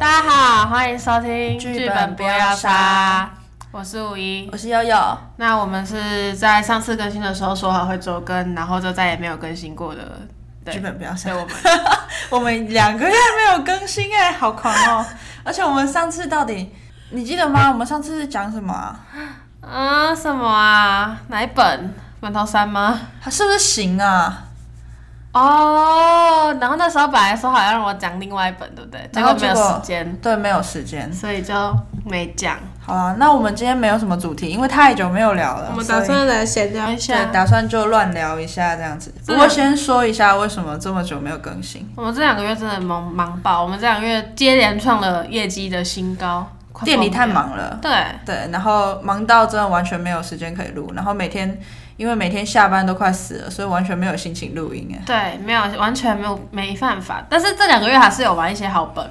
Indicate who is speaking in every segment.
Speaker 1: 好，欢迎收听《
Speaker 2: 剧
Speaker 1: 剧
Speaker 2: 本
Speaker 1: 本
Speaker 2: 不
Speaker 1: 不
Speaker 2: 要
Speaker 1: 要
Speaker 2: 杀
Speaker 1: 杀》，我是五一
Speaker 2: 我。是悠悠，
Speaker 1: 那我们是在上次更新的时候说好会周更，然后就再也没有更新过的。对
Speaker 2: 剧，本不要
Speaker 1: 对
Speaker 2: 删。
Speaker 1: 我们 欸
Speaker 2: 我们 两个月没有更新哎、好狂哦！而且我们上次到底你记得吗？我们上次讲什么啊？
Speaker 1: 啊什么啊？哪一本？门头山吗？
Speaker 2: 是不是行啊？
Speaker 1: 哦，然后那时候本来说好要让我讲另外一本，对不对？结
Speaker 2: 然后
Speaker 1: 果没有
Speaker 2: 结果
Speaker 1: 时间，
Speaker 2: 对，没有时间。
Speaker 1: 所以就没讲。
Speaker 2: 好啦，那我们今天没有什么主题，因为太久没有聊了。所以
Speaker 1: 来闲聊一
Speaker 2: 对，打算就乱聊一下这样子。
Speaker 1: 这
Speaker 2: 不
Speaker 1: 样
Speaker 2: 过先说一下为什么这么久没有更新。
Speaker 1: 我们这两个月真的忙忙爆，我们这两个月接连创了业绩的新高，快
Speaker 2: 店里太
Speaker 1: 疯掉。
Speaker 2: 忙了，
Speaker 1: 对，
Speaker 2: 对，然后忙到真的完全没有时间可以录，然后每天因为每天下班都快死了，所以完全没有心情录音哎。
Speaker 1: 对，没有，完全没有，没办法。但是这两个月还是有玩一些好本。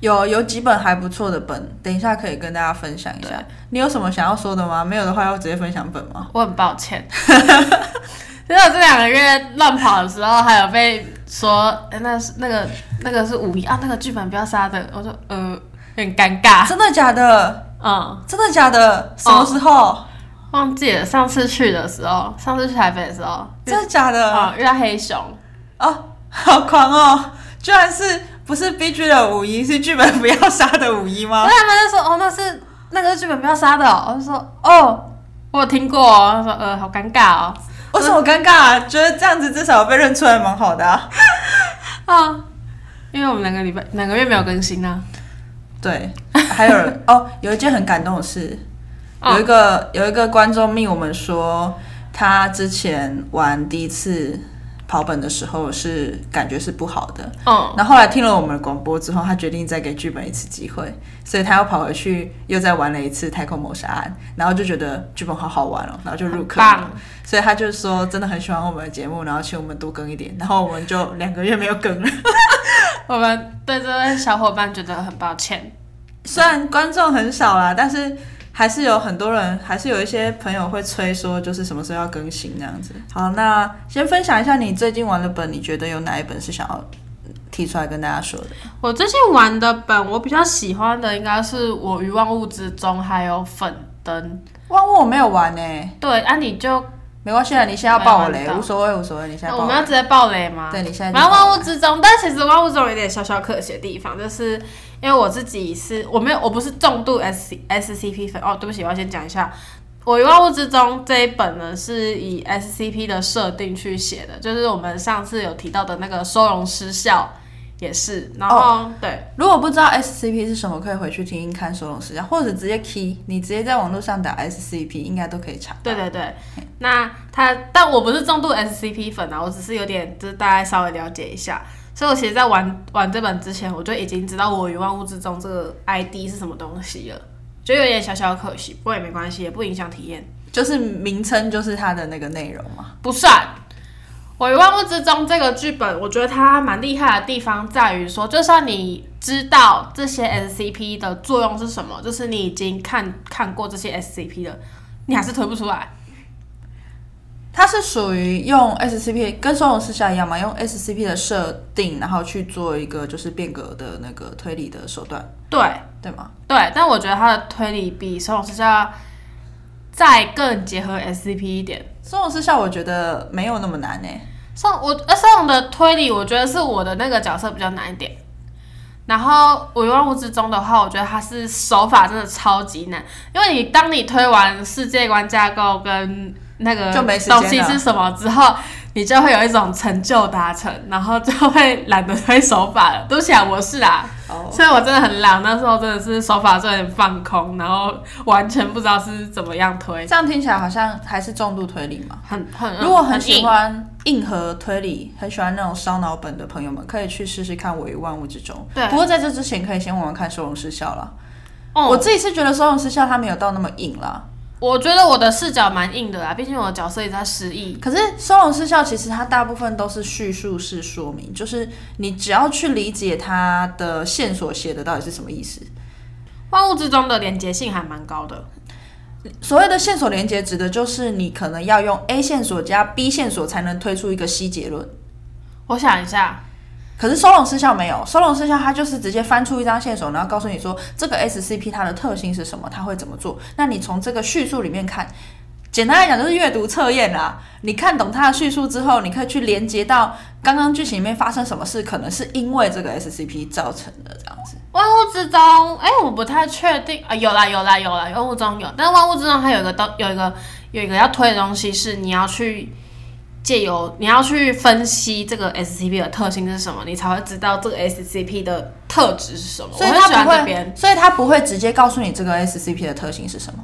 Speaker 2: 有有几本还不错的本，等一下可以跟大家分享一下。你有什么想要说的吗？没有的话，要直接分享本吗？
Speaker 1: 我很抱 歉，其实我这两个月乱跑的时候，还有被说，诶那是那个那个是五一啊，那个剧本不要杀的。我说，呃，有点尴尬，
Speaker 2: 真的假的？
Speaker 1: 嗯，
Speaker 2: 真的假的？什么时候？
Speaker 1: 忘记了上次去的时候，上次去台北的时候，
Speaker 2: 真的假的？
Speaker 1: 啊、遇到黑熊，
Speaker 2: 哦，好狂哦！居然是不是 B G 的五一，是剧本不要杀的五一
Speaker 1: 然
Speaker 2: 吗
Speaker 1: 后？他们就说，哦，那是那个是剧本不要杀的、哦，我就说，哦。我有听过、哦，他说呃，好尴尬 哦，
Speaker 2: 为什么尴尬、啊？觉得这样子至少被认出来蛮好的、啊。
Speaker 1: 啊，因为我们两个礼拜两个月没有更新啊，
Speaker 2: 对，还有人哦，有一件很感动的事，
Speaker 1: 哦
Speaker 2: 有一个有一个观众命我们说，他之前玩第一次跑本的时候是感觉是不好的，
Speaker 1: 嗯，
Speaker 2: 然后后来听了我们的广播之后，他决定再给剧本一次机会，所以他又跑回去又再玩了一次《太空谋杀案》，然后就觉得剧本好好玩哦，然后就入坑
Speaker 1: 很棒
Speaker 2: 了。所以他就说真的很喜欢我们的节目，然后请我们多更一点，然后我们就两个月没有更了。
Speaker 1: 我们对这位小伙伴觉得很抱歉，
Speaker 2: 虽然观众很少啦，但是还是有很多人，还是有一些朋友会催说，就是什么时候要更新这样子。好，那先分享一下你最近玩的本，你觉得有哪一本是想要提出来跟大家说的？
Speaker 1: 我最近玩的本，我比较喜欢的应该是《我于万物之中》，还有《粉灯
Speaker 2: 万物我没有玩呢、》。欸
Speaker 1: 对，啊，你就
Speaker 2: 没关系啦，你现在要爆我
Speaker 1: 没
Speaker 2: 雷，
Speaker 1: 玩到
Speaker 2: 无所谓无所谓，你现在
Speaker 1: 那
Speaker 2: 爆
Speaker 1: 我们
Speaker 2: 我
Speaker 1: 要
Speaker 2: 雷。
Speaker 1: 直接爆雷吗？
Speaker 2: 对，你现在已经
Speaker 1: 然后
Speaker 2: 爆我
Speaker 1: 万
Speaker 2: 雷
Speaker 1: 物之中，但其实万物之中有点小小可惜的地方，就是因为我自己是我没有我不是重度 S S C P 粉哦，对不起，我要先讲一下，我与万物之中这一本呢是以 S C P 的设定去写的，就是我们上次有提到的那个收容失效也是，然后、
Speaker 2: 哦
Speaker 1: 对
Speaker 2: 如果不知道 SCP 是什么，可以回去听听看《收容时间》，或者直接 key，你直接在网络上打 SCP 应该都可以查。
Speaker 1: 对对对，那他但我不是重度 S C P 粉啊，我只是有点就是大概稍微了解一下。所以我其实，在玩玩这本之前，我就已经知道《我与万物之中》这个 ID 是什么东西了，就有点小小可惜，不过也没关系，也不影响体验。
Speaker 2: 就是名称就是它的那个内容嘛。
Speaker 1: 不算。我与万物之中这个剧本，我觉得它蛮厉害的地方在于说，就算你知道这些 SCP 的作用是什么，就是你已经看看过这些 SCP 了，你还是推不出来。
Speaker 2: 它是属于用 SCP 跟收容失效一样嘛，用 SCP 的设定，然后去做一个就是变革的那个推理的手段，
Speaker 1: 对
Speaker 2: 对吗？
Speaker 1: 对，但我觉得它的推理比收容失效再更结合 SCP 一点。
Speaker 2: 收容失效我觉得没有那么难呢、欸
Speaker 1: 上我呃上的推理，我觉得是我的那个角色比较难一点。然后我万物之中的话，我觉得它是手法真的超级难，因为你当你推完世界观架构跟那个
Speaker 2: 就没时间了
Speaker 1: 东西是什么之后，你就会有一种成就达成，然后就会懒得推手法了。对不起啊，我是啦，
Speaker 2: 哦、
Speaker 1: 所以我真的很懒，那时候真的是手法就有点放空，然后完全不知道是怎么样推，
Speaker 2: 这样听起来好像还是重度推理嘛。
Speaker 1: 很很
Speaker 2: 如果很
Speaker 1: 很
Speaker 2: 喜
Speaker 1: 硬
Speaker 2: 欢硬核推理，很喜欢那种烧脑本的朋友们，可以去试试看《我于万物之中》。
Speaker 1: 对
Speaker 2: 不过在这之前，可以先玩玩看《收容失效》了。
Speaker 1: 哦
Speaker 2: 我自己是觉得《收容失效》它没有到那么硬啦，
Speaker 1: 我觉得我的视角蛮硬的啦，毕竟我的角色一直在失忆。
Speaker 2: 可是《收容失效》其实它大部分都是叙述式说明，就是你只要去理解它的线索写的到底是什么意思。
Speaker 1: 万物之中的连结性还蛮高的，
Speaker 2: 所谓的线索连接，指的就是你可能要用 A 线索加 B 线索才能推出一个 C 结论。
Speaker 1: 我想一下，
Speaker 2: 可是收拢失效没有，收拢失效它就是直接翻出一张线索，然后告诉你说这个 SCP 它的特性是什么，它会怎么做。那你从这个叙述里面看，简单来讲就是阅读测验啦。你看懂它的叙述之后，你可以去连接到刚刚剧情里面发生什么事，可能是因为这个 SCP 造成的这样子。
Speaker 1: 万物之中，哎、我不太确定啊，有啦有啦有啦，万物中有，但万物之中它有一个东，有一个有一个要推的东西是你要去借由你要去分析这个 SCP 的特性是什么，你才会知道这个 SCP 的特质是什么。
Speaker 2: 所以
Speaker 1: 我很喜欢
Speaker 2: 它不
Speaker 1: 这边，
Speaker 2: 会，所以它不会直接告诉你这个 SCP 的特性是什么，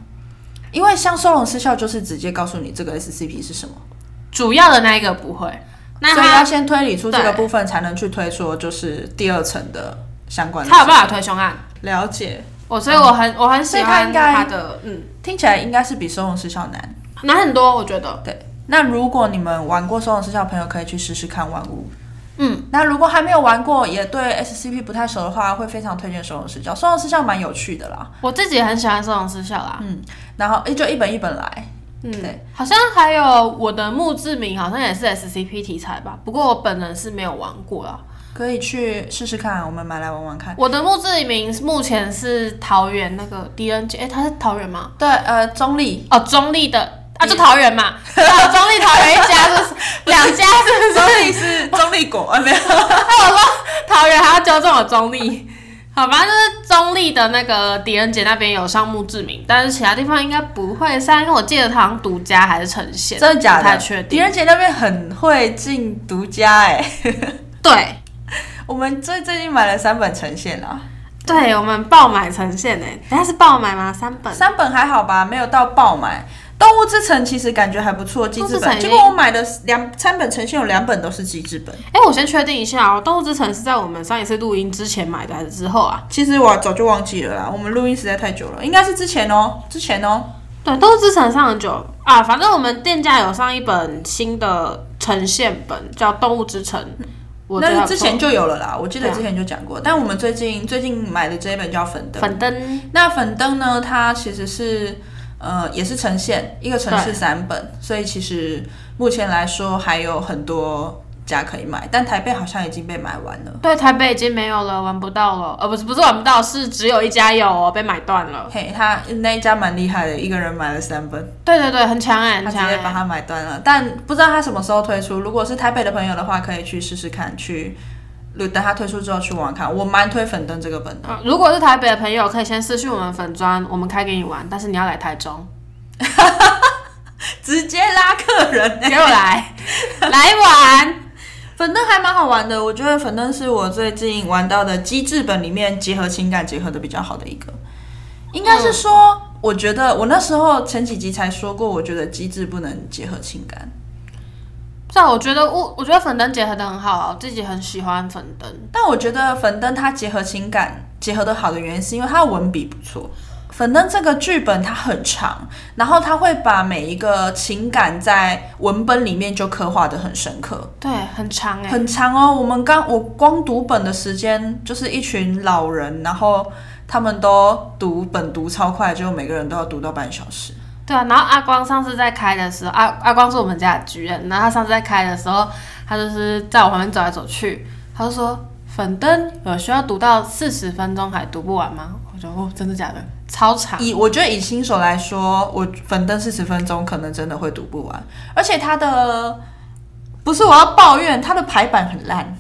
Speaker 2: 因为像收容失效就是直接告诉你这个 SCP 是什么，
Speaker 1: 主要的那一个不会，那
Speaker 2: 所以要
Speaker 1: 它
Speaker 2: 先推理出这
Speaker 1: 对
Speaker 2: 个部分，才能去推说就是第二层的相关的。
Speaker 1: 它有办法推凶案，
Speaker 2: 了解，
Speaker 1: 我所以我很我很喜欢
Speaker 2: 所以它应该
Speaker 1: 它的，嗯，
Speaker 2: 听起来应该是比收容失效难。
Speaker 1: 难很多，我觉得。
Speaker 2: 对，那如果你们玩过收容失效的朋友，可以去试试看万物。
Speaker 1: 嗯，
Speaker 2: 那如果还没有玩过，也对 SCP 不太熟的话，会非常推荐收容失效。收容失效蛮有趣的啦，
Speaker 1: 我自己也很喜欢这种失效啦，
Speaker 2: 然后诶就一本一本来，
Speaker 1: 嗯
Speaker 2: 嗯对，
Speaker 1: 好像还有我的墓志铭，好像也是 SCP 题材吧，不过我本人是没有玩过啦。
Speaker 2: 可以去试试看，我们买来玩玩看。
Speaker 1: 我的墓志铭目前是桃园那个狄仁杰，哎、他是桃园吗？
Speaker 2: 对，呃，中立，
Speaker 1: 哦，中立的啊，就桃 园嘛，啊，中立桃园一家是两家是不是？
Speaker 2: 立是 中立国，啊，没有，
Speaker 1: 桃园还要纠正我中立。好吧，就是中立的那个狄仁杰那边有上墓志铭，但是其他地方应该不会上，因为我记得他好像独家还是呈现，
Speaker 2: 真的假
Speaker 1: 不太
Speaker 2: 的？
Speaker 1: 确
Speaker 2: 狄
Speaker 1: 定。
Speaker 2: 仁杰那边很会进独家哎、
Speaker 1: 对，
Speaker 2: 我们最最近买了三本呈现啊，
Speaker 1: 对我们爆买呈现诶，等下是爆买吗？三本
Speaker 2: 三本还好吧，没有到爆买。动物之城其实感觉还不错，机
Speaker 1: 动
Speaker 2: 制
Speaker 1: 物之城
Speaker 2: 本。
Speaker 1: 已
Speaker 2: 结
Speaker 1: 经
Speaker 2: 果我买的两三本呈现有两本都是机制本。
Speaker 1: 哎、我先确定一下哦，《动物之城》是在我们上一次录音之前买的还是之后啊？
Speaker 2: 其实我早就忘记了啦，我们录音实在太久了，应该是之前哦，之前哦。
Speaker 1: 对，《动物之城》上很久啊，反正我们店家有上一本新的呈现本，叫《动物之城》，我觉得
Speaker 2: 那
Speaker 1: 还
Speaker 2: 是
Speaker 1: 不
Speaker 2: 之
Speaker 1: 错
Speaker 2: 前就有了啦，我记得
Speaker 1: 对啊
Speaker 2: 之前就讲过。但我们最近最近买的这一本叫粉灯，
Speaker 1: 粉灯
Speaker 2: 那粉灯呢，它其实是呃也是呈现一个城市三本，所以其实目前来说还有很多家可以买，但台北好像已经被买完了。
Speaker 1: 对台北已经没有了，玩不到了，呃，不是不是玩不到，是只有一家有哦，被买断了。
Speaker 2: 嘿，他那一家蛮厉害的，一个人买了三本，
Speaker 1: 对对对，很强哎、
Speaker 2: 他
Speaker 1: 很
Speaker 2: 直
Speaker 1: 强哎、
Speaker 2: 接把它买断了。但不知道他什么时候推出，如果是台北的朋友的话，可以去试试看，去等他推出之后去玩玩看。我蛮推粉灯这个本的，
Speaker 1: 啊如果是台北的朋友，可以先私讯我们粉砖，我们开给你玩，但是你要来台中。
Speaker 2: 直接拉客人、欸
Speaker 1: 给我 来，来玩。
Speaker 2: 粉灯还蛮好玩的，我觉得粉灯是我最近玩到的机制本里面结合情感结合的比较好的一个。应该
Speaker 1: 嗯
Speaker 2: 是说，我觉得我那时候前几集才说过，我觉得机制不能结合情感，
Speaker 1: 是啊，我觉得我我觉得粉灯结合的很好啊，我自己很喜欢粉灯。
Speaker 2: 但我觉得粉灯它结合情感结合的好的原因，是因为它的文笔不错。粉灯这个剧本它很长，然后它会把每一个情感在文本里面就刻画的很深刻。
Speaker 1: 对，很长哎、
Speaker 2: 很长哦。我们刚我光读本的时间就是一群老人，然后他们都读本读超快，就每个人都要读到半小时。
Speaker 1: 对啊，然后阿光上次在开的时候，阿阿光是我们家的剧院，然后他上次在开的时候，他就是在我旁边走来走去，他就说粉灯有需要读到四十分钟还读不完吗？我说哦，真的假的？超长。
Speaker 2: 以我觉得以新手来说，我粉灯四十分钟可能真的会读不完，而且它的不是我要抱怨，它的排版很烂。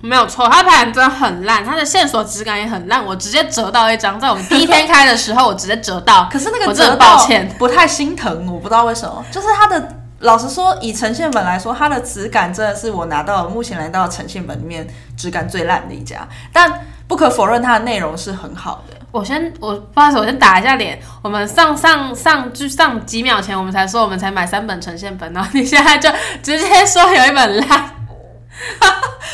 Speaker 1: 没有错，它排版真的很烂，它的线索质感也很烂，我直接折到一张，在我们第一天开的时候，我直接折到，
Speaker 2: 啊可是那个
Speaker 1: 我真的
Speaker 2: 折
Speaker 1: 很
Speaker 2: 到
Speaker 1: 抱歉
Speaker 2: 不太心疼，我不知道为什么。就是它的，老实说，以呈现本来说，它的质感真的是我拿到目前来到的呈现本里面质感最烂的一家。但不可否认，它的内容是很好的。
Speaker 1: 我先，我不好意思，我先打一下脸。我们上上上就上几秒前，我们才说我们才买三本呈现本，然后你现在就 直接说有一本 烂，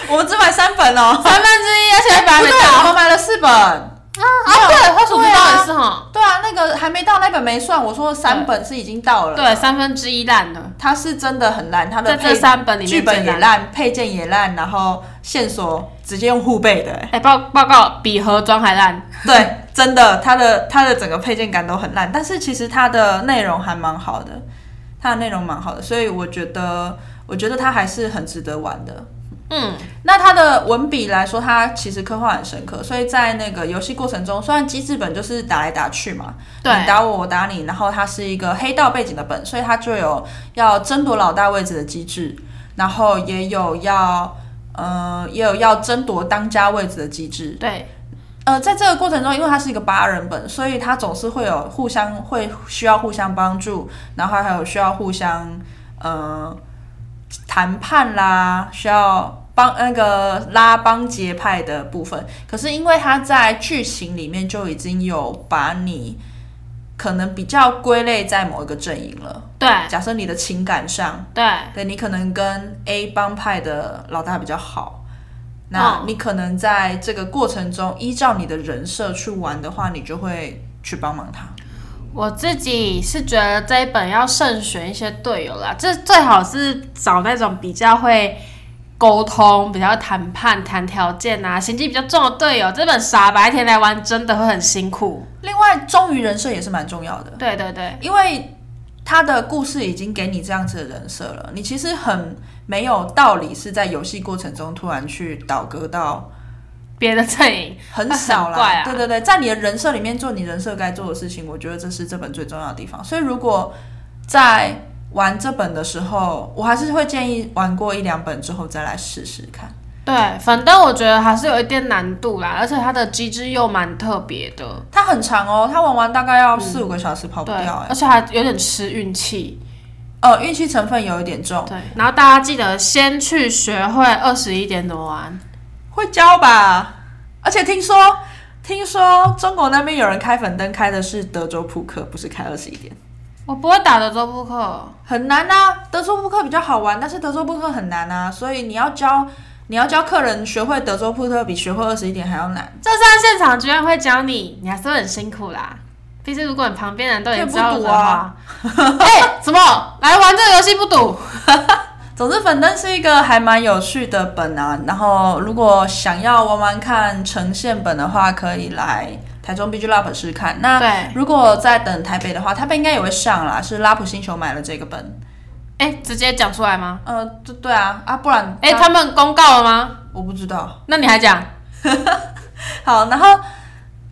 Speaker 2: 我们只买三 本哦，
Speaker 1: 三分之一，而且还把
Speaker 2: 不
Speaker 1: 没
Speaker 2: 对，
Speaker 1: 到。
Speaker 2: 我们买了四本。
Speaker 1: 啊，对，花鼠不到也是哈，
Speaker 2: 对啊，那个还没到那本没算，我说的三本是已经到了。
Speaker 1: 对，，三分之一烂了，
Speaker 2: 它是真的很烂，它
Speaker 1: 在
Speaker 2: 的
Speaker 1: 这
Speaker 2: 配
Speaker 1: 三本里面
Speaker 2: 剧本
Speaker 1: 最
Speaker 2: 也。烂，配件也烂，然后线索直接用互背的、欸
Speaker 1: 哎、报报告比盒装还烂，
Speaker 2: 对，真的，它的它的整个配件感都很烂，但是其实它的内容还蛮好的，它的内容蛮好的，所以我觉得我觉得它还是很值得玩的。
Speaker 1: 嗯，
Speaker 2: 那它的文笔来说，它其实刻画很深刻，所以在那个游戏过程中，虽然机制本就是打来打去嘛，
Speaker 1: 对
Speaker 2: 你打我，我打你，然后它是一个黑道背景的本，所以它就有要争夺老大位置的机制，然后也有要呃也有要争夺当家位置的机制，
Speaker 1: 对，
Speaker 2: 呃，在这个过程中，因为它是一个八人本，所以它总是会有互相会需要互相帮助，然后还有需要互相呃谈判啦，需要帮那个拉帮结派的部分。可是因为它在剧情里面就已经有把你可能比较归类在某一个阵营了。
Speaker 1: 对，
Speaker 2: 假设你的情感上，
Speaker 1: 对，
Speaker 2: 对你可能跟 A 帮派的老大比较好，那你可能在这个过程中依照你的人设去玩的话，你就会去帮忙他。
Speaker 1: 我自己是觉得这一本要慎选一些队友啦，这最好是找那种比较会沟通、比较谈判、谈条件啊、心机比较重的队友。这本傻白甜来玩真的会很辛苦。
Speaker 2: 另外，忠于人设也是蛮重要的，
Speaker 1: 对对对，
Speaker 2: 因为他的故事已经给你这样子的人设了，你其实很没有道理是在游戏过程中突然去倒戈到
Speaker 1: 别的阵营
Speaker 2: 很少
Speaker 1: 很怪
Speaker 2: 啦。
Speaker 1: 啊
Speaker 2: 对对对，在你的人设里面做你人设该做的事情，我觉得这是这本最重要的地方。所以如果在玩这本的时候，我还是会建议玩过一两本之后再来试试看。
Speaker 1: 对，反正我觉得还是有一点难度啦，而且它的机制又蛮特别的，
Speaker 2: 它很长哦，它玩完大概要四五个小时跑不
Speaker 1: 对，
Speaker 2: 掉哎、
Speaker 1: 而且还有点吃运气。
Speaker 2: 呃，运气成分有一点重，
Speaker 1: 对，然后大家记得先去学会二十一点怎么玩。
Speaker 2: 会教吧？而且听说，听说中国那边有人开粉灯，开的是德州扑克，不是开二十一点，
Speaker 1: 我不会打的周扑克，
Speaker 2: 很难啊。德州扑克比较好玩，但是德州扑克很难啊，所以你要教你要教客人学会德州扑克，比学会二十一点还要难。
Speaker 1: 就算现场居然会教你，你还是会很辛苦啦。毕竟如果你旁边人都已经知道了的话， 哎、什么来玩这个游戏不赌？
Speaker 2: 总之，粉灯是一个还蛮有趣的本啊。然后，如果想要玩玩看呈现本的话，可以来台中 BG Lab 试试看。那
Speaker 1: 对
Speaker 2: 如果在等台北的话，台北应该也会上啦。是拉普星球买了这个本，
Speaker 1: 哎、直接讲出来吗？
Speaker 2: 呃，对对啊，啊，不然
Speaker 1: 哎、他们公告了吗？
Speaker 2: 我不知道。
Speaker 1: 那你还讲
Speaker 2: 好，然后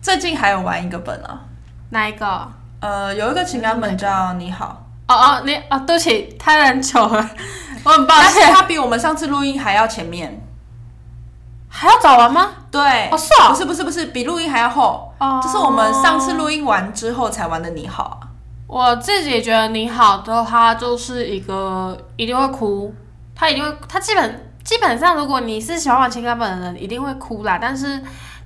Speaker 2: 最近还有玩一个本啊，
Speaker 1: 哪一个？哦
Speaker 2: 呃，有一个情感本叫《你好
Speaker 1: 哦，你哦，对不起，太难久了， 我很》，抱
Speaker 2: 但是
Speaker 1: 歉。
Speaker 2: 它比我们上次录音还要前面。
Speaker 1: 还要早玩吗？
Speaker 2: 对，
Speaker 1: 哦是哦
Speaker 2: 不是不是不是，比录音还要后。
Speaker 1: 哦
Speaker 2: 这是我们上次录音完之后才玩的《你好》啊。
Speaker 1: 我自己觉得你好的话，就是一个一定会哭，他一定会，他基本基本上，如果你是喜欢玩情感本的人，一定会哭啦。但是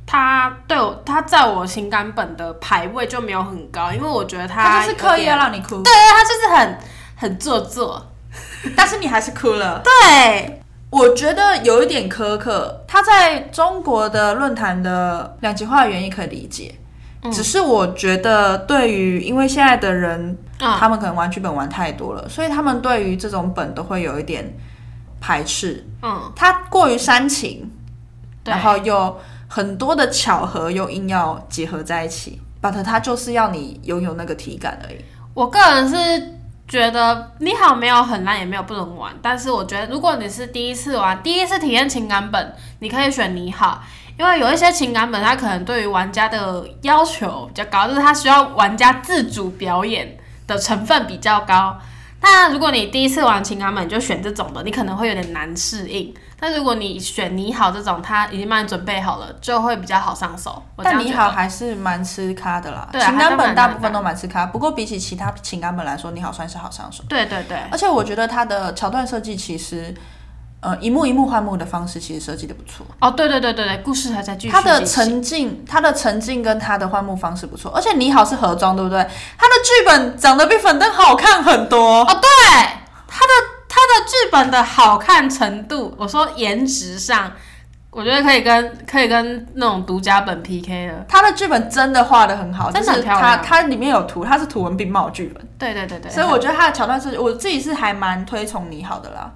Speaker 1: 他对我，他在我情感本的排位就没有很高，因为我觉得他
Speaker 2: 他就是刻意要
Speaker 1: 有点
Speaker 2: 啊让你哭，
Speaker 1: 对，他就是很很做作，
Speaker 2: 但是你还是哭了。
Speaker 1: 对，
Speaker 2: 我觉得有一点苛刻，他在中国的论坛的两极化的原因可以理解，
Speaker 1: 嗯
Speaker 2: 只是我觉得对于因为现在的人，
Speaker 1: 嗯
Speaker 2: 他们可能玩剧本玩太多了，所以他们对于这种本都会有一点排斥，
Speaker 1: 嗯，
Speaker 2: 他过于煽情，
Speaker 1: 对
Speaker 2: 然后又很多的巧合又硬要结合在一起，but 他就是要你拥有那个体感而已。
Speaker 1: 我个人是觉得你好没有很烂，也没有不能玩，但是我觉得如果你是第一次玩，第一次体验情感本，你可以选你好。因为有一些情感本，它可能对于玩家的要求比较高，就是它需要玩家自主表演的成分比较高。那如果你第一次玩情感本，你就选这种的，你可能会有点难适应。但如果你选你好这种，它已经帮你准备好了，就会比较好上手。我这样觉
Speaker 2: 但你
Speaker 1: 得
Speaker 2: 好还是蛮吃咖的啦，
Speaker 1: 对啊
Speaker 2: 情
Speaker 1: 还
Speaker 2: 感
Speaker 1: 是
Speaker 2: 本
Speaker 1: 蛮
Speaker 2: 大
Speaker 1: 蛮
Speaker 2: 部分都蛮吃咖，不过比起其他情感本来说，你好算是好上手。
Speaker 1: 对对对，
Speaker 2: 而且我觉得它的桥段设计其实，呃，一幕一幕换幕的方式其实设计的不错。
Speaker 1: 哦对对对对对，故事还在继续
Speaker 2: 它的
Speaker 1: 进行
Speaker 2: 沉浸，它的沉浸跟它的换幕方式不错，而且你好是盒装对不对？它的剧本长得比粉灯好看很多。
Speaker 1: 哦，对，他的他的剧本的好看程度，我说颜值上，我觉得可以跟可以跟那种独家本 PK 了。
Speaker 2: 它的剧本真的画的很好，
Speaker 1: 真的
Speaker 2: 就
Speaker 1: 很
Speaker 2: 是
Speaker 1: 漂
Speaker 2: 它
Speaker 1: 亮
Speaker 2: 它里面有图，它是图文并茂的剧本，
Speaker 1: 对对对对，
Speaker 2: 所以我觉得它的桥段设计，我自己是还蛮推崇你好的啦。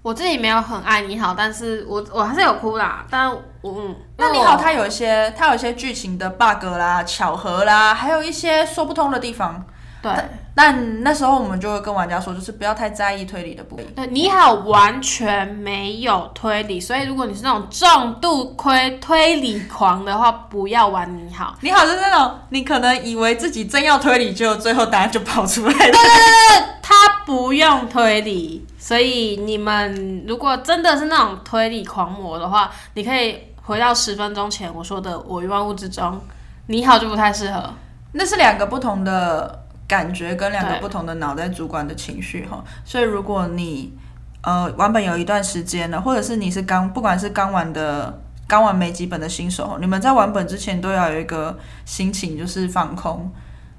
Speaker 1: 我自己没有很爱你好，但是我我还是有哭啦，但我嗯，
Speaker 2: 那
Speaker 1: 因
Speaker 2: 你
Speaker 1: 为我
Speaker 2: 好，它有一些它有一些剧情的 bug 啦、巧合啦，还有一些说不通的地方。
Speaker 1: 对，
Speaker 2: 但那时候我们就会跟玩家说，就是不要太在意推理的部分。
Speaker 1: 对，你好，完全没有推理，所以如果你是那种重度推推理狂的话，不要玩你好。
Speaker 2: 你好，就是那种你可能以为自己真要推理，结果最后答案就跑出来了。
Speaker 1: 他不用推理，所以你们如果真的是那种推理狂魔的话，你可以回到十分钟前我说的“我于万物之中”，你好就不太适合。
Speaker 2: 那是两个不同的感觉跟两个不同的脑袋主管的情绪哈。所以如果你呃玩本有一段时间了，或者是你是刚不管是刚玩的刚玩没几本的新手吼，你们在玩本之前都要有一个心情，就是放空。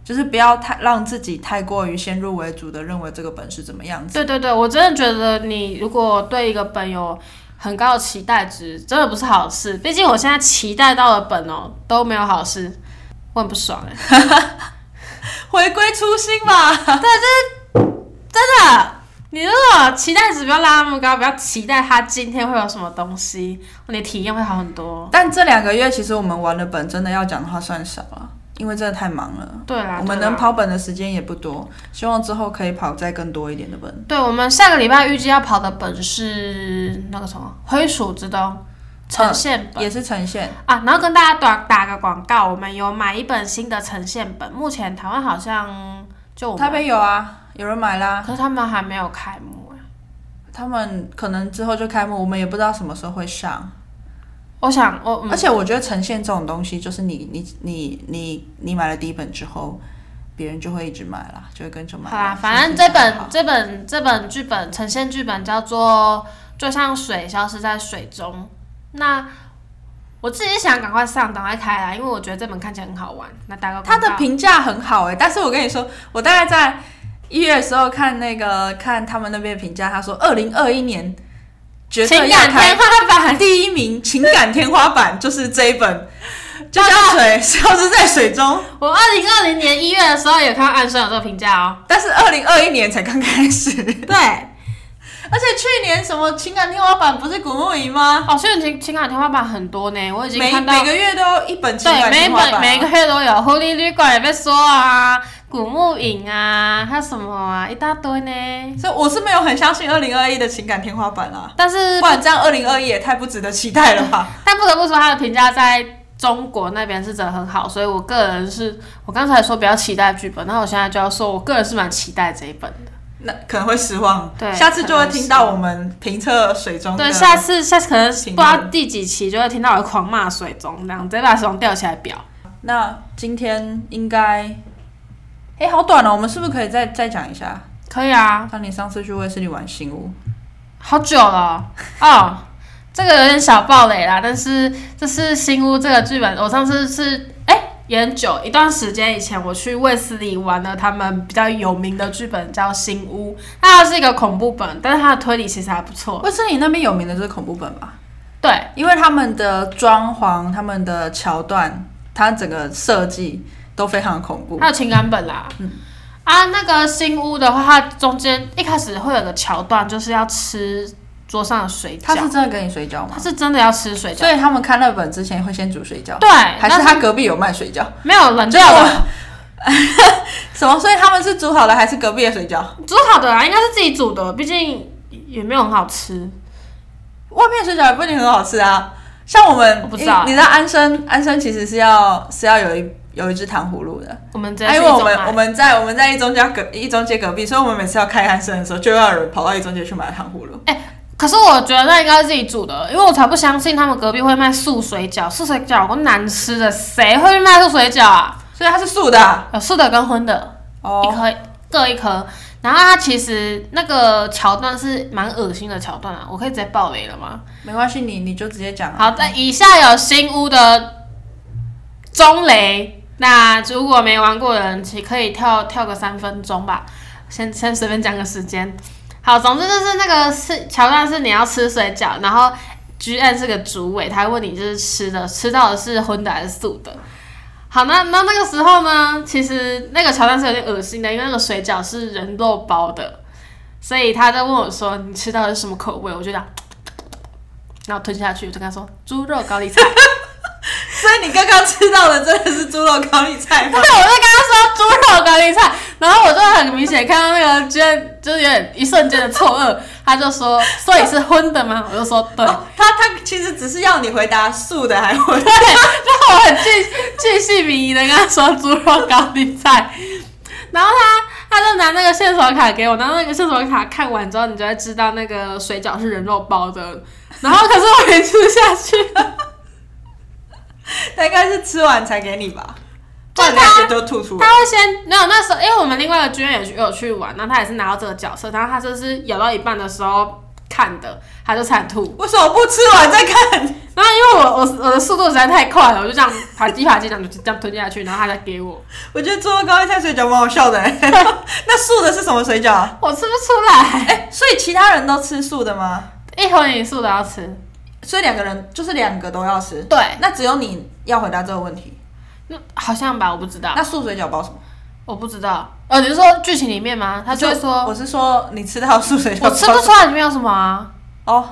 Speaker 2: 就是不要太让自己太过于先入为主的认为这个本是怎么样子，
Speaker 1: 对对对，我真的觉得你如果对一个本有很高的期待值，真的不是好事。毕竟我现在期待到的本哦都没有好事，我很不爽哎、
Speaker 2: 回归初心 吧。
Speaker 1: 真的，你如果期待值不要拉那么高，不要期待它今天会有什么东西，你的体验会好很多。
Speaker 2: 但这两个月其实我们玩的本真的要讲的话算少了，因为真的太忙了。
Speaker 1: 对啊啦，
Speaker 2: 我们
Speaker 1: 对啦
Speaker 2: 能跑本的时间也不多，希望之后可以跑再更多一点的本。
Speaker 1: 对，我们下个礼拜预计要跑的本是那个什么《灰鼠之冬》
Speaker 2: 嗯
Speaker 1: 呈现本、
Speaker 2: 也是呈现，
Speaker 1: 啊，然后跟大家打打个广告，我们有买一本新的呈现本，目前台湾好像就我
Speaker 2: 台
Speaker 1: 们，
Speaker 2: 北有啊，有人买啦。
Speaker 1: 可是他们还没有开幕哎。
Speaker 2: 他们可能之后就开幕，我们也不知道什么时候会上。
Speaker 1: 我想我嗯，
Speaker 2: 而且我觉得呈现这种东西，就是你你你你你买了第一本之后，别人就会一直买啦，就会跟着买。
Speaker 1: 好啦，
Speaker 2: 是
Speaker 1: 反正
Speaker 2: 是
Speaker 1: 这
Speaker 2: 很
Speaker 1: 本
Speaker 2: 好
Speaker 1: 这本这本剧本呈现剧本叫做《就像水消失在水中》，那。我自己想赶快上，赶快开啊啦，因为我觉得这本看起来很好玩。那打个广告
Speaker 2: 他的评价很好哎、但是我跟你说，我大概在一月的时候看那个看他们那边的评价，他说二零二一年绝
Speaker 1: 情
Speaker 2: 对要
Speaker 1: 感天
Speaker 2: 开
Speaker 1: 花板，
Speaker 2: 第一名情感天花板就是这一本，就像水消失在水中，
Speaker 1: 我二零二零年一月的时候有看到安生有这个评价哦。
Speaker 2: 但是二零二一年才刚开始，
Speaker 1: 对，
Speaker 2: 而且去年什么情感天花板不是古木仪吗？
Speaker 1: 哦，所以情情感天花板很多呢，我已经
Speaker 2: 每
Speaker 1: 看到
Speaker 2: 每。个月都有一本情
Speaker 1: 对，
Speaker 2: 感
Speaker 1: 每
Speaker 2: 天花板、啊，
Speaker 1: 本每个月都有，狐狸旅馆也被说啊，古墓影啊，还有什么啊，一大堆呢。
Speaker 2: 所以我是没有很相信二零二一的情感天花板啦、
Speaker 1: 但是
Speaker 2: 不，然这样二零二一也太不值得期待了吧？
Speaker 1: 但不得不说，他的评价在中国那边是真的很好，所以我个人是，我刚才说比较期待剧本，那我现在就要说，我个人是蛮期待这一本的。
Speaker 2: 那可能会失望。
Speaker 1: 对
Speaker 2: 下次就会
Speaker 1: 可能
Speaker 2: 听
Speaker 1: 会失
Speaker 2: 到
Speaker 1: 望
Speaker 2: 我们评测水中的。
Speaker 1: 对，下次下次可能不知
Speaker 2: 评
Speaker 1: 道
Speaker 2: 论
Speaker 1: 第几期就会听到我狂骂水中，这样直接把水中吊起来表。
Speaker 2: 那今天应该，哎、好短哦，我们是不是可以再再讲一下？
Speaker 1: 可以啊，
Speaker 2: 当你上次去威斯利玩新屋，
Speaker 1: 好久了哦哦，这个有点小暴雷啦，但是这是新屋这个剧本，我上次是哎、也很久一段时间以前，我去卫斯理玩了他们比较有名的剧本叫新屋，那它是一个恐怖本，但是它的推理其实还不错。
Speaker 2: 威斯利那边有名的就是恐怖本吧？
Speaker 1: 对，
Speaker 2: 因为他们的装潢、他们的桥段、它整个设计都非常恐怖。
Speaker 1: 还有情感本啦。嗯啊，那个新屋的话，它中间一开始会有个桥段，就是要吃桌上的水
Speaker 2: 他
Speaker 1: 饺，
Speaker 2: 是真的给你水饺吗
Speaker 1: 它？是真的要吃水饺，
Speaker 2: 所以他们看那本之前会先煮水饺，
Speaker 1: 对，
Speaker 2: 还
Speaker 1: 但
Speaker 2: 是他隔壁有卖水饺？
Speaker 1: 没有冷掉的。
Speaker 2: 什么？所以他们是煮好了还是隔壁的水饺？
Speaker 1: 煮好的啦，啊应该是自己煮的，毕竟也没有很好吃。
Speaker 2: 外面水饺也不一定很好吃啊。像我们，
Speaker 1: 我不知道
Speaker 2: 你你知道安生，安生其实是要是要有一有一只糖葫芦的，啊
Speaker 1: 我们直
Speaker 2: 因
Speaker 1: 接去一
Speaker 2: 为哎我
Speaker 1: 中
Speaker 2: 们我
Speaker 1: 买，
Speaker 2: 们在我们在一中家隔一中街隔壁，所以我们每次要开安生的时候，就要有人跑到一中街去买糖葫芦。
Speaker 1: 可是我觉得那应该是自己煮的，因为我才不相信他们隔壁会卖素水饺，素水饺有够难吃的，谁会去卖素水饺啊？
Speaker 2: 所以它是素的啊、
Speaker 1: 有素的跟荤的，一
Speaker 2: 哦，
Speaker 1: 颗各一颗。然后它其实那个桥段是蛮恶心的桥段啊，我可以直接爆雷了吗？
Speaker 2: 没关系，你你就直接讲啊。
Speaker 1: 好的，以下有新屋的中雷，那如果没玩过的人，其可以跳跳个三分钟吧，先先随便讲个时间。好，总之就是那个是桥段是你要吃水饺，然后 G N 是个主委，他会问你就是吃的吃到的是荤的还是素的。好，那那那个时候呢，其实那个桥段是有点恶心的，因为那个水饺是人肉包的，所以他在问我说你吃到的是什么口味，我就讲，然后吞下去，我就跟他说猪肉高丽菜。
Speaker 2: 所以你刚刚吃到的真的是猪肉高丽菜
Speaker 1: 对，
Speaker 2: 吗？
Speaker 1: 我就跟他说猪肉高丽菜，然后我就很明显看到那个，觉得就是有点一瞬间的错愕。他就说：“所以是荤的吗？”我就说：“对。
Speaker 2: 哦他他其实只是要你回答素的还回
Speaker 1: 对，然后我很巨巨细靡遗的跟他说猪肉高丽菜，然后他他就拿那个线索卡给我，然后那个线索卡看完之后，你就会知道那个水饺是人肉包的，然后可是我没吃下去，
Speaker 2: 他应该是吃完才给你吧？不
Speaker 1: 就
Speaker 2: 然
Speaker 1: 他
Speaker 2: 那个都吐出来
Speaker 1: 他。会先没有那时候，因为我们另外一个军人也去有去玩，然后他也是拿到这个角色，然后他就是咬到一半的时候看的，他就惨吐，
Speaker 2: 为什么不吃完再看？
Speaker 1: 然后因为我我我的速度实在太快了，我就这样啪叽啪叽这样就这样吞下去，然后他才给我，
Speaker 2: 我觉得做高丽菜水饺蛮好笑的、欸。那素的是什么水饺啊？
Speaker 1: 我吃不出来，哎
Speaker 2: 哎、所以其他人都吃素的吗？
Speaker 1: 一荤一素都要吃。
Speaker 2: 所以两个人就是两个都要吃。
Speaker 1: 对，
Speaker 2: 那只有你要回答这个问题。
Speaker 1: 那好像吧，我不知道，
Speaker 2: 那素水饺包什么？
Speaker 1: 我不知道。呃，你是说剧情里面吗？他就会说，
Speaker 2: 我是说你吃到素水饺包
Speaker 1: 我吃不出来里面有什么啊。
Speaker 2: 哦，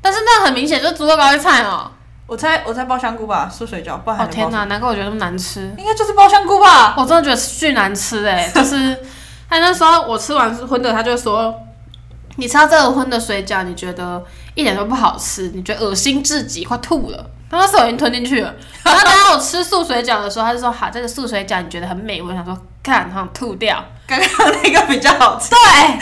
Speaker 1: 但是那很明显就是猪肉高丽菜哦。
Speaker 2: 我猜我猜包香菇吧，素水饺，不然还
Speaker 1: 哦
Speaker 2: 能包
Speaker 1: 天
Speaker 2: 什么
Speaker 1: 哪，难怪我觉得那么难吃，
Speaker 2: 应该就是包香菇吧？
Speaker 1: 我真的觉得巨难吃哎、就是他那时候我吃完荤的，他就说，你吃到这个荤的水饺，你觉得一点都不好吃，你觉得恶心至极，快吐了。他那时候已经吞进去了。然后当我吃素水饺的时候，他就说：“好，这个素水饺你觉得很美味。”我想说，看，好想吐掉。
Speaker 2: 刚刚那个比较好吃。
Speaker 1: 对，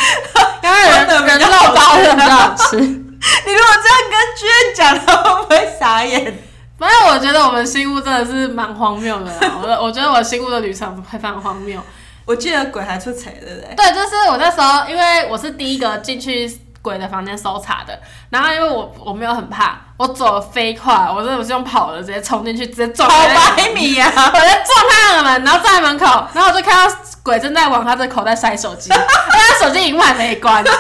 Speaker 1: 因为人
Speaker 2: 真的比
Speaker 1: 人
Speaker 2: 较
Speaker 1: 肉包
Speaker 2: 好吃啊
Speaker 1: 是比较好吃。
Speaker 2: 你如果这样跟居然讲，他会不会傻眼？
Speaker 1: 反正我觉得我们新屋真的是蛮荒谬的啦，我的我觉得我新屋的旅程会非常荒谬。
Speaker 2: 我记得鬼还出彩，对不对？
Speaker 1: 对，就是我那时候因为我是第一个进去鬼的房间搜查的，然后因为我我没有很怕，我走得飞快，我真的是用跑的直接冲进去，直接撞
Speaker 2: 好
Speaker 1: 他的门。
Speaker 2: 百米呀、 啊！
Speaker 1: 我在撞他的门，然后站在门口，然后我就看到鬼正在往他的口袋塞手机，因为他手机荧幕还没关， 所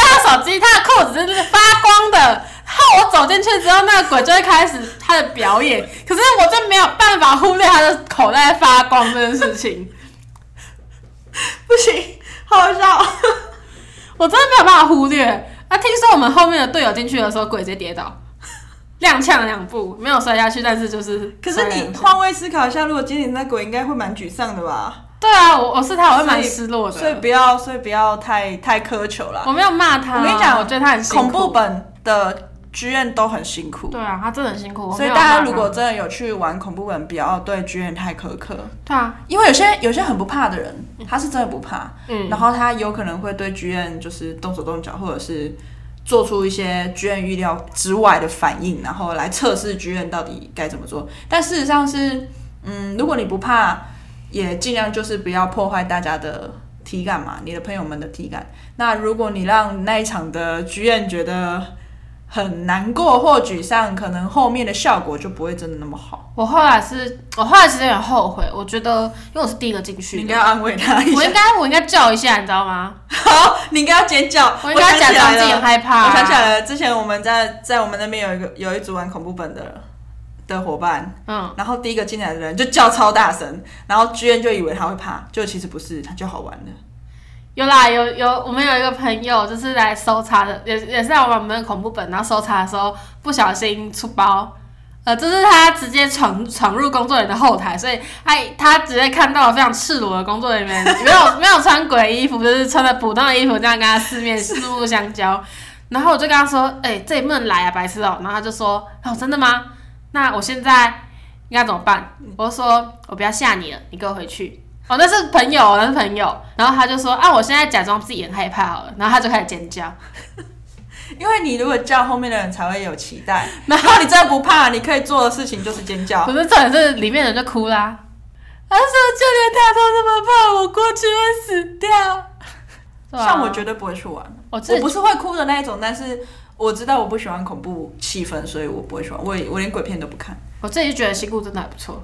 Speaker 1: 以他手机他的扣子是发光的。然后我走进去之后，那个鬼就会开始他的表演，可是我就没有办法忽略他的口袋发光这件事情，
Speaker 2: 不行，好好笑。
Speaker 1: 我真的没有办法忽略。啊，听说我们后面的队友进去的时候，鬼直接跌倒， 踉跄两步，没有摔下去，但是就是
Speaker 2: 可
Speaker 1: 摔
Speaker 2: 是
Speaker 1: 了两
Speaker 2: 你
Speaker 1: 步
Speaker 2: 换位思考一下，如果今天你那鬼应该会蛮沮丧的吧？
Speaker 1: 对啊，我我是他，我会蛮
Speaker 2: 所以
Speaker 1: 失落的。
Speaker 2: 所以不要，所以不要太太苛求啦。
Speaker 1: 我没有骂他，
Speaker 2: 我跟你讲
Speaker 1: 我觉得他很辛
Speaker 2: 恐
Speaker 1: 苦
Speaker 2: 怖本的剧院都很辛苦，
Speaker 1: 对啊，他真的很辛苦。我
Speaker 2: 所
Speaker 1: 没
Speaker 2: 以
Speaker 1: 有
Speaker 2: 大家
Speaker 1: 骂
Speaker 2: 如
Speaker 1: 他
Speaker 2: 果真的有去玩恐怖本，不要对剧院太苛刻。
Speaker 1: 对啊，
Speaker 2: 因为有些有些很不怕的人，他是真的不怕，
Speaker 1: 嗯
Speaker 2: 然后他有可能会对剧院就是动手动脚，或者是做出一些剧院预料之外的反应，然后来测试剧院到底该怎么做。但事实上是，嗯，如果你不怕，也尽量就是不要破坏大家的体感嘛，你的朋友们的体感。那如果你让那一场的剧院觉得很难过或沮丧，可能后面的效果就不会真的那么好。
Speaker 1: 我后来是，我后来其实有点后悔，我觉得因为我是第一个进
Speaker 2: 你
Speaker 1: 去
Speaker 2: 应
Speaker 1: 的
Speaker 2: 该要安慰他一下
Speaker 1: 我。应该我应该叫一下，你知道吗？
Speaker 2: 好， 你应该要尖叫，
Speaker 1: 我应该假
Speaker 2: 想起
Speaker 1: 装
Speaker 2: 来
Speaker 1: 自己很
Speaker 2: 了，
Speaker 1: 害怕、啊
Speaker 2: 我想起来了，之前我们在在我们那边有一个有一组玩恐怖本的的伙伴，
Speaker 1: 嗯，
Speaker 2: 然后第一个进来的人就叫超大声，然后居然就以为他会怕，就其实不是，他就好玩的。
Speaker 1: 有啦，有有，我们有一个朋友就是来搜查的，也也是来玩我们的恐怖本，然后搜查的时候不小心出包。呃，就是他直接闯闯入工作人员的后台，所以他他直接看到了非常赤裸的工作人员，没有没有穿鬼衣服，就是穿的普通的衣服，这样跟他四面四目相交。然后我就跟他说：“哎、这也不能来啊，白痴哦、然后他就说：“哦，真的吗？那我现在应该怎么办？”我就说：“我不要吓你了，你跟我回去。”哦，那是朋友，那是朋友。然后他就说：“啊，我现在假装自己很害怕好了。”然后他就开始尖叫。
Speaker 2: 因为你如果叫后面的人才会有期 待，然后你真的不怕，你可以做的事情就是尖叫
Speaker 1: 可。是重点是里面人就哭啦。他说：“就连他都这么怕，我过去会死掉。对啊”
Speaker 2: 像我绝对不会去玩，
Speaker 1: 我自
Speaker 2: 我
Speaker 1: 己
Speaker 2: 不是会哭的那一种，但是我知道我不喜欢恐怖气氛，所以我不会喜欢，我也我连鬼片都不看。
Speaker 1: 我自己觉得西谷真的还不错。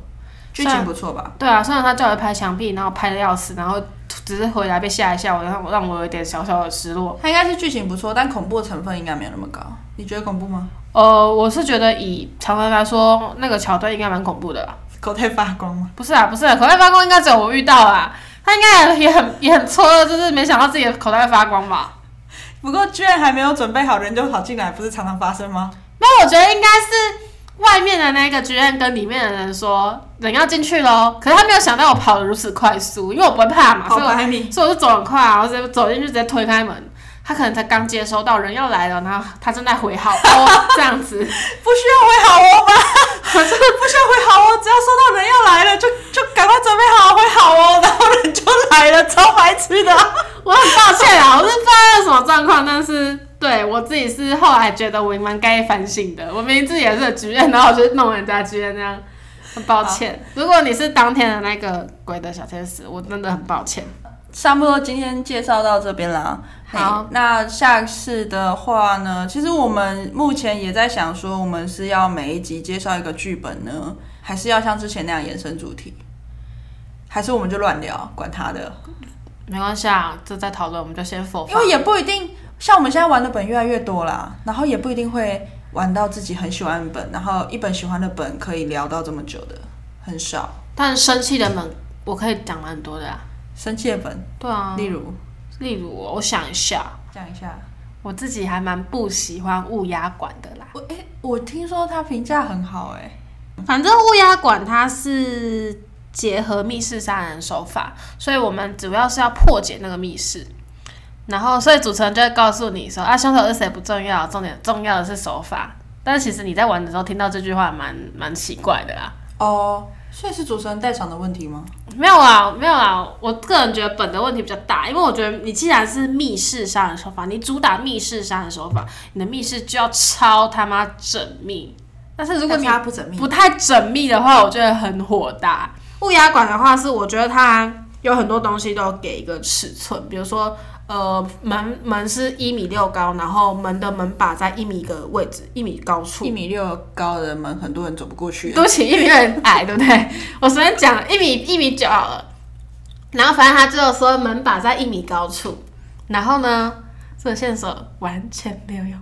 Speaker 2: 剧情不错吧？
Speaker 1: 对啊，虽然他叫我拍墙壁，然后拍的要死，然后只是回来被吓一吓，我让我让我有点小小的失落。
Speaker 2: 它应该是剧情不错，但恐怖的成分应该没有那么高。你觉得恐怖吗？
Speaker 1: 呃，我是觉得以常人来说，那个桥段应该蛮恐怖的啦。
Speaker 2: 口袋发光吗？
Speaker 1: 不是啊，不是啊，口袋发光应该只有我遇到啦。他应该也很也很错愕，就是没想到自己的口袋会发光吧？
Speaker 2: 不过居然还没有准备好，人就跑进来，不是常常发生吗？
Speaker 1: 那我觉得应该是外面的那个剧院跟里面的人说人要进去喽，可是他没有想到我跑得如此快速，因为我不会怕嘛，
Speaker 2: 好
Speaker 1: 所以我
Speaker 2: 白你，
Speaker 1: 所以我就走很快啊，我直接走进去，直接推开门。他可能才刚接收到人要来了，然后他正在回好哦这样子，
Speaker 2: 不需要回好哦吧？不需要回好哦，只要收到人要来了，就就赶快准备好回好哦，然后人就来了，超白痴的。
Speaker 1: 我很抱歉啊，我是不知道是什么状况，但是对我自己是后来觉得我蛮该反省的，我明明自己也是剧院，然后我就弄人家剧院那样，很抱歉。如果你是当天的那个鬼的小天使，我真的很抱歉。
Speaker 2: 差不多今天介绍到这边啦。
Speaker 1: 好
Speaker 2: 嘿，那下次的话呢，其实我们目前也在想说，我们是要每一集介绍一个剧本呢，还是要像之前那样延伸主题，还是我们就乱聊，管他的，
Speaker 1: 没关系啊，这在讨论我们就先否
Speaker 2: 因为也不一定。像我们现在玩的本越来越多啦，然后也不一定会玩到自己很喜欢的本，然后一本喜欢的本可以聊到这么久的，很少。
Speaker 1: 但生气的门，我可以讲蛮多的啊。
Speaker 2: 生气的本，
Speaker 1: 对啊，
Speaker 2: 例如
Speaker 1: 例如我想一下，
Speaker 2: 讲一下，
Speaker 1: 我自己还蛮不喜欢乌鸦馆的啦。
Speaker 2: 我诶、我听说他评价很好诶、
Speaker 1: 反正乌鸦馆它是结合密室杀人手法，所以我们主要是要破解那个密室。然后，所以主持人就会告诉你说啊，凶手是谁不重要，重点重要的是手法。但其实你在玩的时候听到这句话蛮，蛮奇怪的啦。
Speaker 2: 哦，所以是主持人带场的问题吗？
Speaker 1: 没有啊，没有啊，我个人觉得本的问题比较大，因为我觉得你既然是密室杀人手法，你主打密室杀人手法，你的密室就要超他妈缜密。但是如果你
Speaker 2: 他不缜密，
Speaker 1: 不太缜密的话，我觉得很火大。乌鸦馆的话是，我觉得它有很多东西都给一个尺寸，比如说，呃，门门是一米六高，然后门的门把在一米一个位置，一米高处
Speaker 2: 一。米六高的门，很多人走不过去。
Speaker 1: 对不起，一米有点矮，对不对？我随便讲一米一米九好 了。然后反正他最后说门把在一米高处，然后呢，这个线索完全没有用，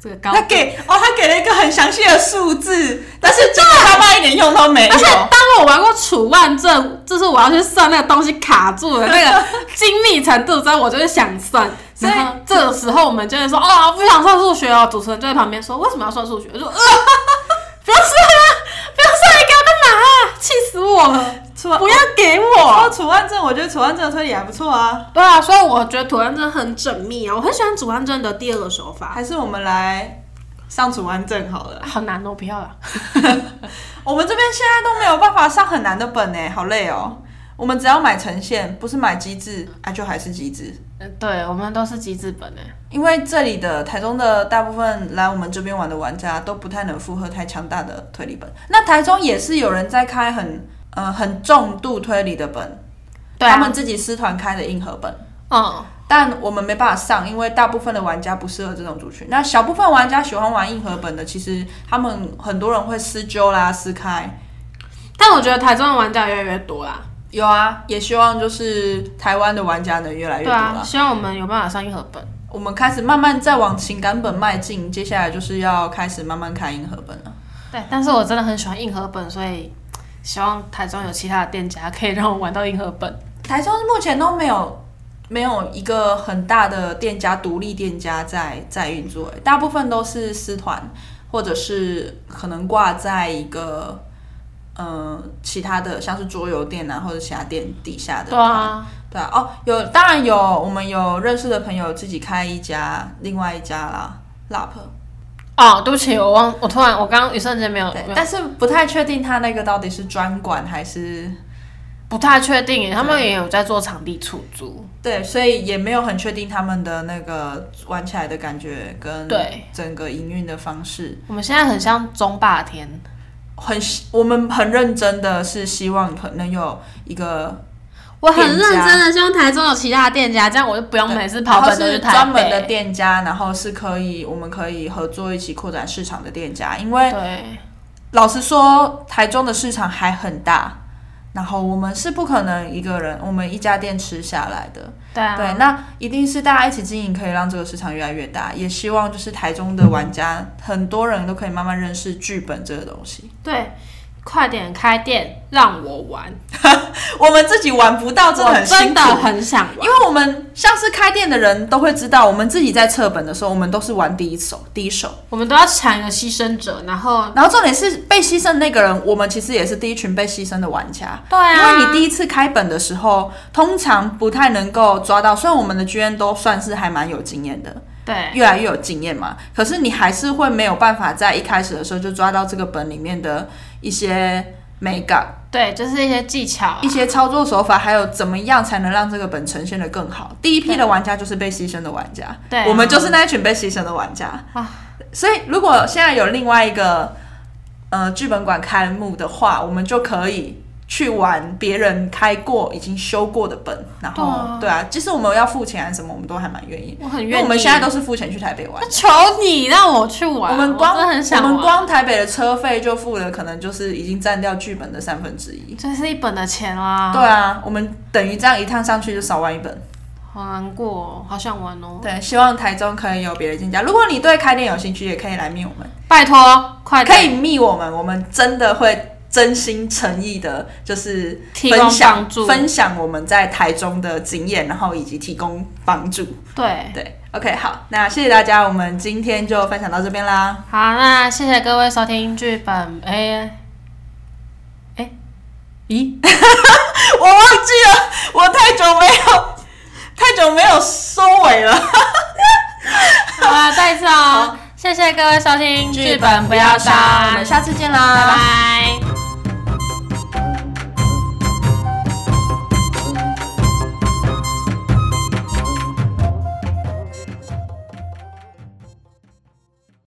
Speaker 1: 这个高
Speaker 2: 他给哦，他给了一个很详细的数字，但是这个他妈一点用都没有
Speaker 1: 而。且当我玩过楚万证，就是我要去算那个东西卡住的那 个精密程度之后，我就会想算。
Speaker 2: 所以
Speaker 1: 然后这个时候我们就会说：“哦，不想算数学哦。”主持人就在旁边说：“ 为什么要算数学？”我就呃，不要算啊，不要算，你给我干嘛啊？气死我了！
Speaker 2: 楚安
Speaker 1: 不要给
Speaker 2: 哦，
Speaker 1: 我。
Speaker 2: 楚安正，我觉得楚安正的推理还不错啊。
Speaker 1: 对啊，所以我觉得楚万证很缜密啊，我很喜欢楚万证的第二个手法。
Speaker 2: 还是我们来上楚安正好 了。
Speaker 1: 好难哦，不要了。
Speaker 2: 我们这边现在都没有办法上很难的本哎，好累哦。我们只要买呈现，不是买机制啊，就还是机制。
Speaker 1: 呃对，我们都是机制本诶。欸
Speaker 2: 因为这里的台中的大部分来我们这边玩的玩家都不太能负荷太强大的推理本。那台中也是有人在开很呃很重度推理的本，
Speaker 1: 对
Speaker 2: 他
Speaker 1: 啊，
Speaker 2: 们自己私团开的硬核本，
Speaker 1: 嗯，
Speaker 2: 但我们没办法上，因为大部分的玩家不适合这种族群。那小部分玩家喜欢玩硬核本的，其实他们很多人会私揪啦、私开。
Speaker 1: 但我觉得台中的玩家越来越多啦。
Speaker 2: 有啊，也希望就是台湾的玩家能越来越
Speaker 1: 对
Speaker 2: 多啦。
Speaker 1: 啊，希望我们有办法上一合本。
Speaker 2: 我们开始慢慢再往情感本迈进，接下来就是要开始慢慢开硬核本了。
Speaker 1: 对，但是我真的很喜欢硬核本，所以希望台中有其他的店家可以让我玩到硬核本。
Speaker 2: 台中目前都没有没有一个很大的店家独立店家在在运作，欸大部分都是私团或者是可能挂在一个呃其他的像是桌游店啊或者其他店底下的
Speaker 1: 对啊，
Speaker 2: 对啊，哦，有，当然有，我们有认识的朋友自己开一家，另外一家啦，Lap，
Speaker 1: 哦，对不起，我忘，我突然，我刚刚一瞬间没有，
Speaker 2: 对
Speaker 1: 嗯没，有
Speaker 2: 但是不太确定他那个到底是专管还是
Speaker 1: 不太确定耶，他们也有在做场地出租。
Speaker 2: 对，所以也没有很确定他们的那个玩起来的感觉跟
Speaker 1: 对
Speaker 2: 整个营运的方式。
Speaker 1: 我们现在很像中霸天，
Speaker 2: 很，我们很认真的是希望可能有一个
Speaker 1: 我很认
Speaker 2: 店家
Speaker 1: 真的希望台中有其他的店家，这样我就不用每次跑
Speaker 2: 然后
Speaker 1: 本都
Speaker 2: 是
Speaker 1: 去台北。
Speaker 2: 专门的店家，然后是可以我们可以合作一起扩展市场的店家，因为
Speaker 1: 对，
Speaker 2: 老实说，台中的市场还很大，然后我们是不可能一个人我们一家店吃下来的。
Speaker 1: 对啊，
Speaker 2: 对，那一定是大家一起经营，可以让这个市场越来越大。也希望就是台中的玩家，很多人都可以慢慢认识剧本这个东西。
Speaker 1: 对，快点开店让我玩，
Speaker 2: 我们自己玩不到，真的
Speaker 1: 我
Speaker 2: 很辛
Speaker 1: 真
Speaker 2: 苦
Speaker 1: 的。很想玩。
Speaker 2: 因为我们像是开店的人都会知道，我们自己在测本的时候，我们都是玩第一手，第一手。
Speaker 1: 我们都要抢一个牺牲者，然后
Speaker 2: 然后重点是被牺牲的那个人，我们其实也是第一群被牺牲的玩家。
Speaker 1: 对啊，
Speaker 2: 因为你第一次开本的时候，通常不太能够抓到。虽然我们的 G N 都算是还蛮有经验的，
Speaker 1: 对
Speaker 2: 越来越有经验嘛，可是你还是会没有办法在一开始的时候就抓到这个本里面的一些美感、
Speaker 1: 对，就是一些技巧啊、
Speaker 2: 一些操作手法，还有怎么样才能让这个本呈现的更好。第一批的玩家就是被牺牲的玩家，
Speaker 1: 对啊
Speaker 2: 我们就是那一群被牺牲的玩家
Speaker 1: 啊。
Speaker 2: 所以如果现在有另外一个呃剧本馆开幕的话，我们就可以。去玩别人开过、已经修过的本，然后对啊，即使我们要付钱还是什么，我们都还蛮愿意，
Speaker 1: 我很
Speaker 2: 因
Speaker 1: 愿
Speaker 2: 为
Speaker 1: 意。
Speaker 2: 我们现在都是付钱去台北玩
Speaker 1: 那。求你让我去玩，
Speaker 2: 我们
Speaker 1: 光
Speaker 2: 光
Speaker 1: 真的很想
Speaker 2: 我
Speaker 1: 玩。
Speaker 2: 们光台北的车费就付了，可能就是已经占掉剧本
Speaker 1: 啊
Speaker 2: 的三分之一。
Speaker 1: 这是一本的钱啦，
Speaker 2: 对啊，我们等于这样一趟上去就少玩一本。
Speaker 1: 好难过、哦，好想玩哦！
Speaker 2: 对，希望台中可以有别的竞价。如果你对开店有兴趣，也可以来密我们，
Speaker 1: 拜托，快
Speaker 2: 可
Speaker 1: 点
Speaker 2: 以密我们，我们真的会真心诚意的，就是
Speaker 1: 提
Speaker 2: 分
Speaker 1: 供
Speaker 2: 享
Speaker 1: 帮助。
Speaker 2: 分享我们在台中的经验，然后以及提供帮助。
Speaker 1: 对，
Speaker 2: 对，OK，好，那谢谢大家，我们今天就分享到这 边啦。
Speaker 1: 好，那谢谢各位收听剧本。哎、哎、咦，
Speaker 2: 我忘记了，我太久没有 太久没有收尾了。
Speaker 1: 好了，再一次哦，谢谢各位收听剧本，不要
Speaker 2: 杀，
Speaker 1: 杀
Speaker 2: 我，们下次见
Speaker 1: 拜
Speaker 2: 啦，
Speaker 1: 拜。